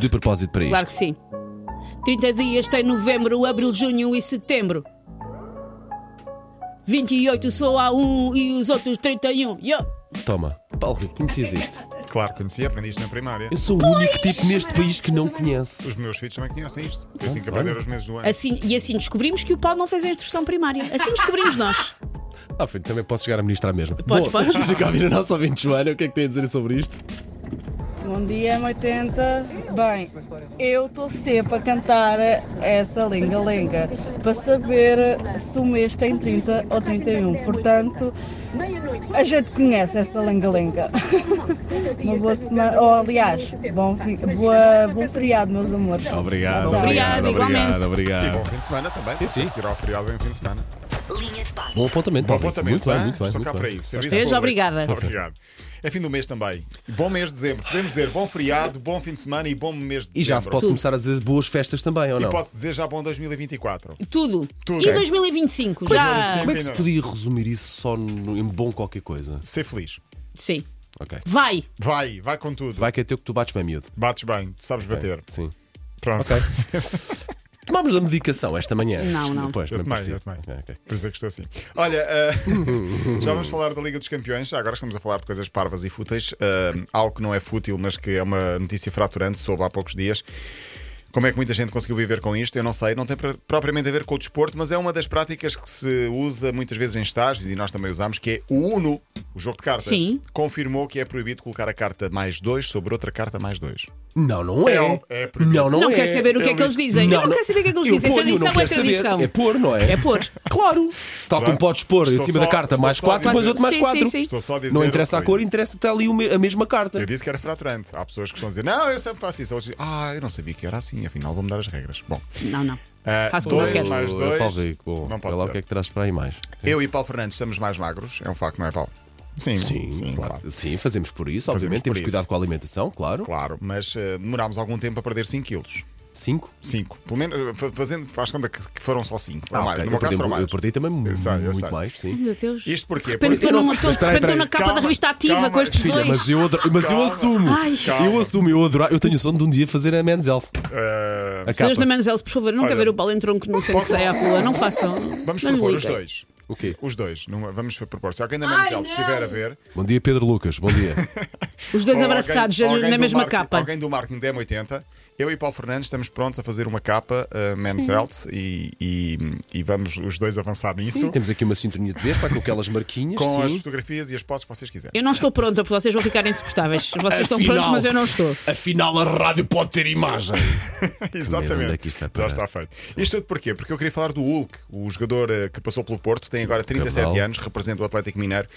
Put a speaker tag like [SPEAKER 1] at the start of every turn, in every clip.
[SPEAKER 1] de propósito para
[SPEAKER 2] Claro que
[SPEAKER 1] isto.
[SPEAKER 2] sim. 30 dias tem novembro, abril, junho e setembro. 28 só há um e os outros 31. Yo.
[SPEAKER 1] Toma, Paulo, conheces isto?
[SPEAKER 3] Claro, conhecia, aprendi isto na primária.
[SPEAKER 1] Eu sou o único tipo neste país que não conhece.
[SPEAKER 3] Os meus filhos também conhecem isto. Foi assim que
[SPEAKER 1] olha.
[SPEAKER 3] aprenderam os meses do ano.
[SPEAKER 2] Assim, e assim descobrimos que o Paulo não fez a instrução primária. Assim descobrimos nós.
[SPEAKER 1] À frente Ah, também posso chegar a ministrar mesmo.
[SPEAKER 2] Podes,
[SPEAKER 1] Bom,
[SPEAKER 2] podes.
[SPEAKER 1] Deixa cá ouvir a nossa ouvinte Joana, o que é que tem a dizer sobre isto?
[SPEAKER 4] Bom dia, M80. Bem, eu estou sempre a cantar essa lenga-lenga para saber se o mês tem 30 ou 31. Portanto, a gente conhece essa lenga-lenga. Uma boa semana, ou aliás, bom, fi- boa, bom feriado, meus amores.
[SPEAKER 1] Obrigado, obrigado,
[SPEAKER 4] Obrigado,
[SPEAKER 1] obrigado,
[SPEAKER 2] igualmente.
[SPEAKER 3] E bom
[SPEAKER 1] obrigado.
[SPEAKER 3] um fim de semana também.
[SPEAKER 1] Sim, sim.
[SPEAKER 3] A seguir ao feriado, bem fim de semana.
[SPEAKER 5] Linha de passe.
[SPEAKER 1] Bom apontamento,
[SPEAKER 3] Bom
[SPEAKER 1] Paulo.
[SPEAKER 3] apontamento,
[SPEAKER 1] Muito bem,
[SPEAKER 3] hã?
[SPEAKER 1] muito bem.
[SPEAKER 3] tá? Estou
[SPEAKER 1] muito
[SPEAKER 3] cá
[SPEAKER 1] bem.
[SPEAKER 3] para isso. Serviço
[SPEAKER 2] Beijo,
[SPEAKER 3] público.
[SPEAKER 2] obrigada.
[SPEAKER 3] Muito Obrigado. É fim do mês também. E Bom mês de dezembro. Podemos dizer bom feriado, bom fim de semana e bom mês de dezembro.
[SPEAKER 1] E já se pode
[SPEAKER 2] Tudo.
[SPEAKER 1] começar a dizer boas festas também, ou
[SPEAKER 3] E
[SPEAKER 1] não?
[SPEAKER 3] pode-se dizer já bom 2024.
[SPEAKER 2] Tudo.
[SPEAKER 3] Tudo.
[SPEAKER 2] E 2025? Já.
[SPEAKER 1] Como é que se podia resumir isso só no- em bom qualquer coisa?
[SPEAKER 3] Ser feliz.
[SPEAKER 2] Sim.
[SPEAKER 1] Ok.
[SPEAKER 2] Vai.
[SPEAKER 3] Vai, vai com tudo.
[SPEAKER 1] Vai que é teu que tu bates bem miúdo.
[SPEAKER 3] Bates bem, tu sabes bater.
[SPEAKER 1] Sim.
[SPEAKER 3] Pronto.
[SPEAKER 1] Ok. Tomámos da medicação esta manhã.
[SPEAKER 2] Não,
[SPEAKER 1] Isto
[SPEAKER 2] não.
[SPEAKER 1] Depois,
[SPEAKER 3] Eu
[SPEAKER 1] bem
[SPEAKER 3] também,
[SPEAKER 1] parecia.
[SPEAKER 3] eu também.
[SPEAKER 1] Ok, ok.
[SPEAKER 3] Por isso é que estou assim. Olha, eh, já vamos falar da Liga dos Campeões. Já agora estamos a falar de coisas parvas e fúteis. Eh, algo que não é fútil, mas que é uma notícia fraturante, soube há poucos dias. Como é que muita gente conseguiu viver com isto? Eu não sei, não tem pr- propriamente a ver com o desporto, mas é uma das práticas que se usa muitas vezes em estágios e nós também usamos, que é o Uno, o jogo de cartas.
[SPEAKER 2] Sim.
[SPEAKER 3] Confirmou que é proibido colocar a carta mais dois sobre outra carta mais dois.
[SPEAKER 1] Não, não é.
[SPEAKER 3] É, é proibido.
[SPEAKER 1] não, não,
[SPEAKER 2] Não
[SPEAKER 1] é.
[SPEAKER 2] quero saber o que é que eles dizem. Eu não quero saber o que é que eles
[SPEAKER 1] Eu
[SPEAKER 2] dizem.
[SPEAKER 1] ponho,
[SPEAKER 2] Tradição
[SPEAKER 1] não
[SPEAKER 2] é
[SPEAKER 1] quero saber.
[SPEAKER 2] tradição.
[SPEAKER 1] É pôr, não é?
[SPEAKER 2] É pôr.
[SPEAKER 1] Claro. Tal
[SPEAKER 3] Claro.
[SPEAKER 1] como podes pôr em
[SPEAKER 3] Estou
[SPEAKER 1] cima
[SPEAKER 3] só-
[SPEAKER 1] da carta
[SPEAKER 3] estou
[SPEAKER 1] mais
[SPEAKER 3] só a
[SPEAKER 1] 4 e depois
[SPEAKER 3] dizer-
[SPEAKER 1] outro mais
[SPEAKER 2] Sim,
[SPEAKER 1] 4.
[SPEAKER 2] sim, sim.
[SPEAKER 3] Estou só a dizer
[SPEAKER 1] Não
[SPEAKER 3] o
[SPEAKER 1] interessa a
[SPEAKER 3] que-
[SPEAKER 1] cor, interessa que está ali o me- a mesma carta.
[SPEAKER 3] Eu disse que era fraturante. Há pessoas que estão a dizer, não, eu sempre faço isso. Outros dizem, ah, eu não sabia que era assim, afinal vou mudar as regras. Bom,
[SPEAKER 2] Não, não.
[SPEAKER 3] Ah,
[SPEAKER 2] Faço como eu
[SPEAKER 3] dois,
[SPEAKER 2] quero.
[SPEAKER 3] mais
[SPEAKER 1] Oh,
[SPEAKER 3] dois.
[SPEAKER 1] Paulo Rico, bom,
[SPEAKER 3] Não
[SPEAKER 1] vê
[SPEAKER 3] pode
[SPEAKER 1] lá
[SPEAKER 3] ser.
[SPEAKER 1] o que é que trazes para aí mais.
[SPEAKER 3] eu e Paulo Fernandes estamos mais magros, é um facto, não é, Paulo? Sim,
[SPEAKER 1] Sim, claro. Sim, fazemos por isso,
[SPEAKER 3] Fazemos
[SPEAKER 1] obviamente.
[SPEAKER 3] por
[SPEAKER 1] Temos
[SPEAKER 3] isso.
[SPEAKER 1] cuidado com a alimentação, claro.
[SPEAKER 3] Claro, mas eh, demorámos algum tempo a perder 5 quilos.
[SPEAKER 1] 5.
[SPEAKER 3] 5. Pelo menos, eh, fa- fazendo, faz conta que que foram só 5.
[SPEAKER 1] Ah, ok.
[SPEAKER 3] mais. No
[SPEAKER 1] eu,
[SPEAKER 3] meu caso
[SPEAKER 1] perdi,
[SPEAKER 3] foram mais.
[SPEAKER 1] eu perdi também
[SPEAKER 3] Eu sei, eu
[SPEAKER 1] muito
[SPEAKER 3] sei.
[SPEAKER 1] mais, sim.
[SPEAKER 2] Meu Deus.
[SPEAKER 3] Isto porquê?
[SPEAKER 2] De repente
[SPEAKER 3] Porque-
[SPEAKER 2] estou numa- estou- de
[SPEAKER 1] Espera aí,
[SPEAKER 2] repente
[SPEAKER 1] espera
[SPEAKER 2] estou na
[SPEAKER 1] aí.
[SPEAKER 2] capa da
[SPEAKER 3] Calma,
[SPEAKER 2] revista ativa
[SPEAKER 3] calma,
[SPEAKER 2] com estes
[SPEAKER 3] filha,
[SPEAKER 2] dois.
[SPEAKER 1] Mas eu, adoro- mas eu
[SPEAKER 3] Calma.
[SPEAKER 1] assumo.
[SPEAKER 2] Ai.
[SPEAKER 1] Eu
[SPEAKER 3] Calma.
[SPEAKER 1] assumo, eu adoro. Eu tenho o sono de um dia fazer a Men's Health.
[SPEAKER 3] Eh,
[SPEAKER 1] A
[SPEAKER 2] Senhores da
[SPEAKER 1] capa.
[SPEAKER 2] Manuzelos, por favor, nunca
[SPEAKER 3] Olha,
[SPEAKER 2] ver o Paulo em tronco no centro que sai à rua. Não façam.
[SPEAKER 3] vamos
[SPEAKER 2] não lhe
[SPEAKER 3] propor os
[SPEAKER 2] liguem.
[SPEAKER 3] dois.
[SPEAKER 1] O quê?
[SPEAKER 3] Os dois. Numa- vamos propor. Se alguém da Menos Alto estiver a ver.
[SPEAKER 1] Bom dia, Pedro Lucas. Bom dia.
[SPEAKER 2] Os dois
[SPEAKER 3] ou
[SPEAKER 2] abraçados
[SPEAKER 3] alguém- alguém
[SPEAKER 2] na
[SPEAKER 3] do
[SPEAKER 2] mesma
[SPEAKER 3] marketing-
[SPEAKER 2] capa.
[SPEAKER 3] Alguém do marketing da M80. Eu e Paulo Fernandes estamos prontos a fazer uma capa uh, Men's Health e, e- e vamos os dois avançar nisso.
[SPEAKER 1] Sim, temos aqui uma sintonia de vez para com aquelas marquinhas.
[SPEAKER 3] com as
[SPEAKER 1] sim.
[SPEAKER 3] fotografias e as poses que vocês quiserem.
[SPEAKER 2] Eu não estou pronta, porque vocês vão ficar insuportáveis. Vocês estão
[SPEAKER 1] Afinal-
[SPEAKER 2] prontos, mas eu não estou.
[SPEAKER 1] Afinal, a rádio pode ter imagem.
[SPEAKER 3] Exatamente.
[SPEAKER 1] onde é que isto está
[SPEAKER 3] Já
[SPEAKER 1] parado?
[SPEAKER 3] está feito. Isto tudo porquê? Porque eu queria falar do Hulk, o jogador eh, que passou pelo Porto, tem agora 37
[SPEAKER 1] Cabral.
[SPEAKER 3] anos, representa o Atlético Mineiro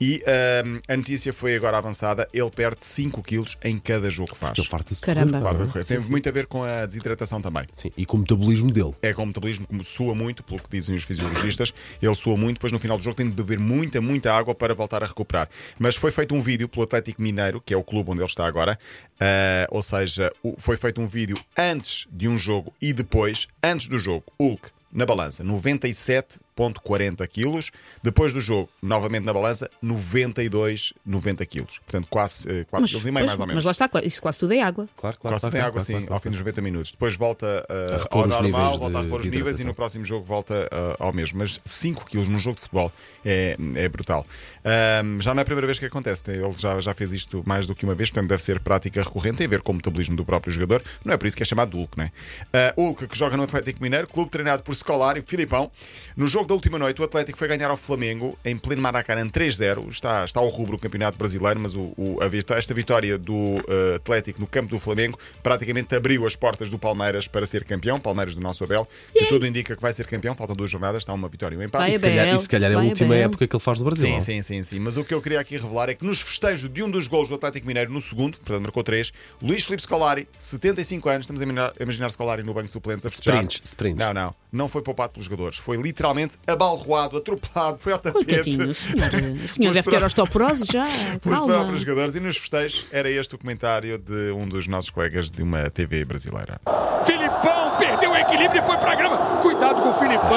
[SPEAKER 3] e ahm, a notícia foi agora avançada: ele perde 5 quilos em cada jogo que faz.
[SPEAKER 1] Ele farta-se de
[SPEAKER 2] Caramba.
[SPEAKER 1] correr, pá.
[SPEAKER 3] Claro, Tem muito a ver com a desidratação também.
[SPEAKER 1] Sim, e com o metabolismo dele.
[SPEAKER 3] é com o metabolismo, como sua muito, pelo que dizem os fisiologistas, ele sua muito, depois no final do jogo tem de beber muita, muita água para voltar a recuperar. Mas foi feito um vídeo pelo Atlético Mineiro, que é o clube onde ele está agora, ah, ou seja, o- foi feito um vídeo antes de um jogo e depois, antes do jogo, Hulk. Na balança, 97,40 quilos. Depois do jogo, novamente na balança, 92, 90 quilos. Portanto, quase 4
[SPEAKER 2] Mas,
[SPEAKER 3] quilos e
[SPEAKER 2] pois,
[SPEAKER 3] meio, mais ou menos.
[SPEAKER 2] mas lá está, isso quase tudo é água.
[SPEAKER 1] Claro, claro.
[SPEAKER 3] Quase tem água assim ao fim dos 90 minutos. Depois volta uh,
[SPEAKER 1] A repor
[SPEAKER 3] ao
[SPEAKER 1] os níveis
[SPEAKER 3] normal,
[SPEAKER 1] de-
[SPEAKER 3] volta a repor os
[SPEAKER 1] de
[SPEAKER 3] níveis e
[SPEAKER 1] hidratação.
[SPEAKER 3] no próximo jogo volta uh, ao mesmo. Mas 5 quilos num jogo de futebol é, é brutal. Ahm, já não é a primeira vez que acontece. Ele já, já fez isto mais do que uma vez, portanto deve ser prática recorrente. Tem a ver com o metabolismo do próprio jogador. Não é por isso que é chamado Hulk, não é? Ah, Hulk, que joga no Atlético Mineiro, clube treinado por Scolari, Filipão. No jogo da última noite, o Atlético foi ganhar ao Flamengo em pleno Maracanã 3-0. Está, está ao rubro o Campeonato Brasileiro, mas o, o- a vitó- esta vitória do eh, Atlético no campo do Flamengo praticamente abriu as portas do Palmeiras para ser campeão. Palmeiras do nosso Abel, que tudo indica que vai ser campeão. Faltam duas jornadas, está uma vitória e um empate.
[SPEAKER 2] Vai,
[SPEAKER 3] E se
[SPEAKER 1] Se calhar, e se calhar é a
[SPEAKER 2] Vai,
[SPEAKER 1] última
[SPEAKER 2] Abel.
[SPEAKER 1] época que ele faz do Brasil.
[SPEAKER 3] Sim,
[SPEAKER 1] não?
[SPEAKER 3] sim, sim, sim. Mas o que eu queria aqui revelar é que nos festejos de um dos gols do Atlético Mineiro no segundo, portanto marcou três, Luís Filipe Scolari, 75 anos, estamos a imaginar, a imaginar Scolari no banco de suplentes a festejar.
[SPEAKER 1] Sprints, sprints.
[SPEAKER 3] Não, não. Não foi poupado pelos jogadores. Foi literalmente abalroado, atropelado, foi ao tapete.
[SPEAKER 2] Coitadinho, o senhor, o senhor
[SPEAKER 3] Os
[SPEAKER 2] deve ter
[SPEAKER 3] pró-
[SPEAKER 2] osteoporose já.
[SPEAKER 3] Pelos
[SPEAKER 2] Calma.
[SPEAKER 3] próprios jogadores e nos festejos era este o comentário de um dos nossos colegas de uma TV brasileira.
[SPEAKER 6] Filipão perdeu o equilíbrio e foi pra grama. Cuidado com o Filipão.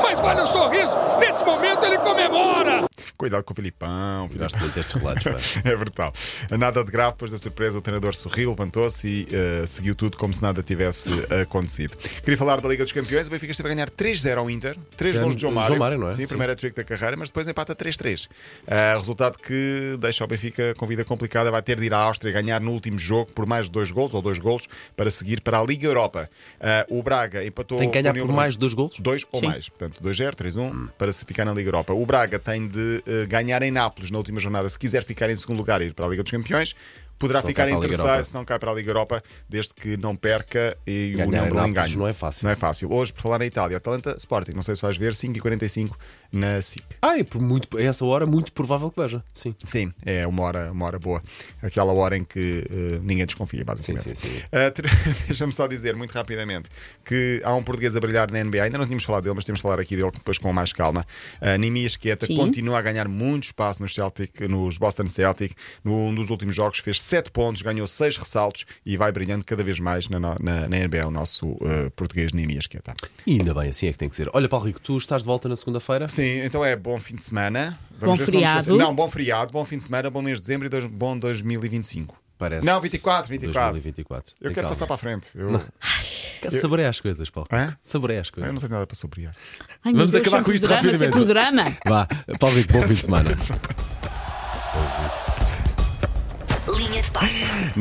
[SPEAKER 6] Mas olha o sorriso. Nesse momento ele comemora.
[SPEAKER 3] Cuidado com o Filipão.
[SPEAKER 1] Gosto muito destes relatos, pá.
[SPEAKER 3] É brutal. Nada de grave, depois da surpresa, o treinador sorriu, levantou-se e eh, seguiu tudo como se nada tivesse acontecido. Queria falar da Liga dos Campeões. O Benfica esteve a ganhar 3-0 ao Inter, 3
[SPEAKER 1] Grande-
[SPEAKER 3] gols de João
[SPEAKER 1] João
[SPEAKER 3] Mário.
[SPEAKER 1] Mário, não é?
[SPEAKER 3] Sim,
[SPEAKER 1] Sim.
[SPEAKER 3] primeira trick da carreira, mas depois empata 3-3. Eh, resultado que deixa o Benfica com vida complicada, vai ter de ir à Áustria ganhar no último jogo por mais de dois gols ou dois gols para seguir para a Liga Europa. Eh, o Braga empatou.
[SPEAKER 1] Tem que
[SPEAKER 3] com
[SPEAKER 1] ganhar
[SPEAKER 3] o União
[SPEAKER 1] por mais de dois gols?
[SPEAKER 3] Dois ou
[SPEAKER 2] Sim.
[SPEAKER 3] mais. Portanto, 2-0, 3-1 para se ficar na Liga Europa. O Braga tem de eh, ganhar em Nápoles na última jornada. Se quiser ficar em segundo lugar e ir para a Liga dos Campeões, poderá
[SPEAKER 1] Se não
[SPEAKER 3] ficar
[SPEAKER 1] cai
[SPEAKER 3] em
[SPEAKER 1] para a Liga
[SPEAKER 3] terceiro
[SPEAKER 1] Europa.
[SPEAKER 3] se não cai para a Liga Europa, desde que não perca e
[SPEAKER 1] Ganhar
[SPEAKER 3] o União
[SPEAKER 1] em
[SPEAKER 3] Berlim
[SPEAKER 1] Nápoles
[SPEAKER 3] ganhe.
[SPEAKER 1] não é fácil.
[SPEAKER 3] Não é fácil. Hoje, por falar na Itália, Atalanta Sporting, não sei se vais ver, 5h45 na SIC.
[SPEAKER 1] Ah, é por muito, a essa hora, muito provável que veja. Sim.
[SPEAKER 3] Sim, é uma hora, uma hora boa. Aquela hora em que eh, ninguém desconfia, basicamente.
[SPEAKER 1] Sim, sim, sim.
[SPEAKER 3] Eh, ter- Deixa-me só dizer muito rapidamente que há um português a brilhar na NBA. Ainda não tínhamos falado dele, mas temos de falar aqui dele depois com mais calma. Uh, Nimi Esqueta
[SPEAKER 2] Sim.
[SPEAKER 3] continua a ganhar muito espaço nos, Celtic, nos Boston Celtic. Num um dos últimos jogos fez 7 pontos, ganhou 6 ressaltos e vai brilhando cada vez mais na, no- na, na NBA o nosso eh, português Nimi Esqueta.
[SPEAKER 1] E ainda bem, assim é que tem que ser. Olha, Paulo Rico, tu estás de volta na segunda-feira?
[SPEAKER 3] Sim, então é bom fim de semana.
[SPEAKER 2] Bom
[SPEAKER 3] ver se não nos esquecemos.
[SPEAKER 2] feriado.
[SPEAKER 3] Não, bom feriado, bom fim de semana, bom mês de dezembro e dois- bom 2025.
[SPEAKER 1] Parece.
[SPEAKER 3] Não, 24, 24.
[SPEAKER 1] 2024.
[SPEAKER 3] Eu
[SPEAKER 1] Tem
[SPEAKER 3] quero
[SPEAKER 1] calma.
[SPEAKER 3] passar para a frente. Eu,
[SPEAKER 1] Saberei as coisas, Paulo.
[SPEAKER 3] Hã?
[SPEAKER 1] Saberei as coisas.
[SPEAKER 3] eu não tenho nada para sobrear.
[SPEAKER 2] Ai, meu
[SPEAKER 1] Vamos
[SPEAKER 2] Deus,
[SPEAKER 1] acabar
[SPEAKER 2] sempre
[SPEAKER 1] com isto
[SPEAKER 2] drama,
[SPEAKER 1] rapidamente.
[SPEAKER 2] Sempre drama.
[SPEAKER 1] Vá, Paulo Rico, é? bom fim de semana.
[SPEAKER 5] Linha de passe.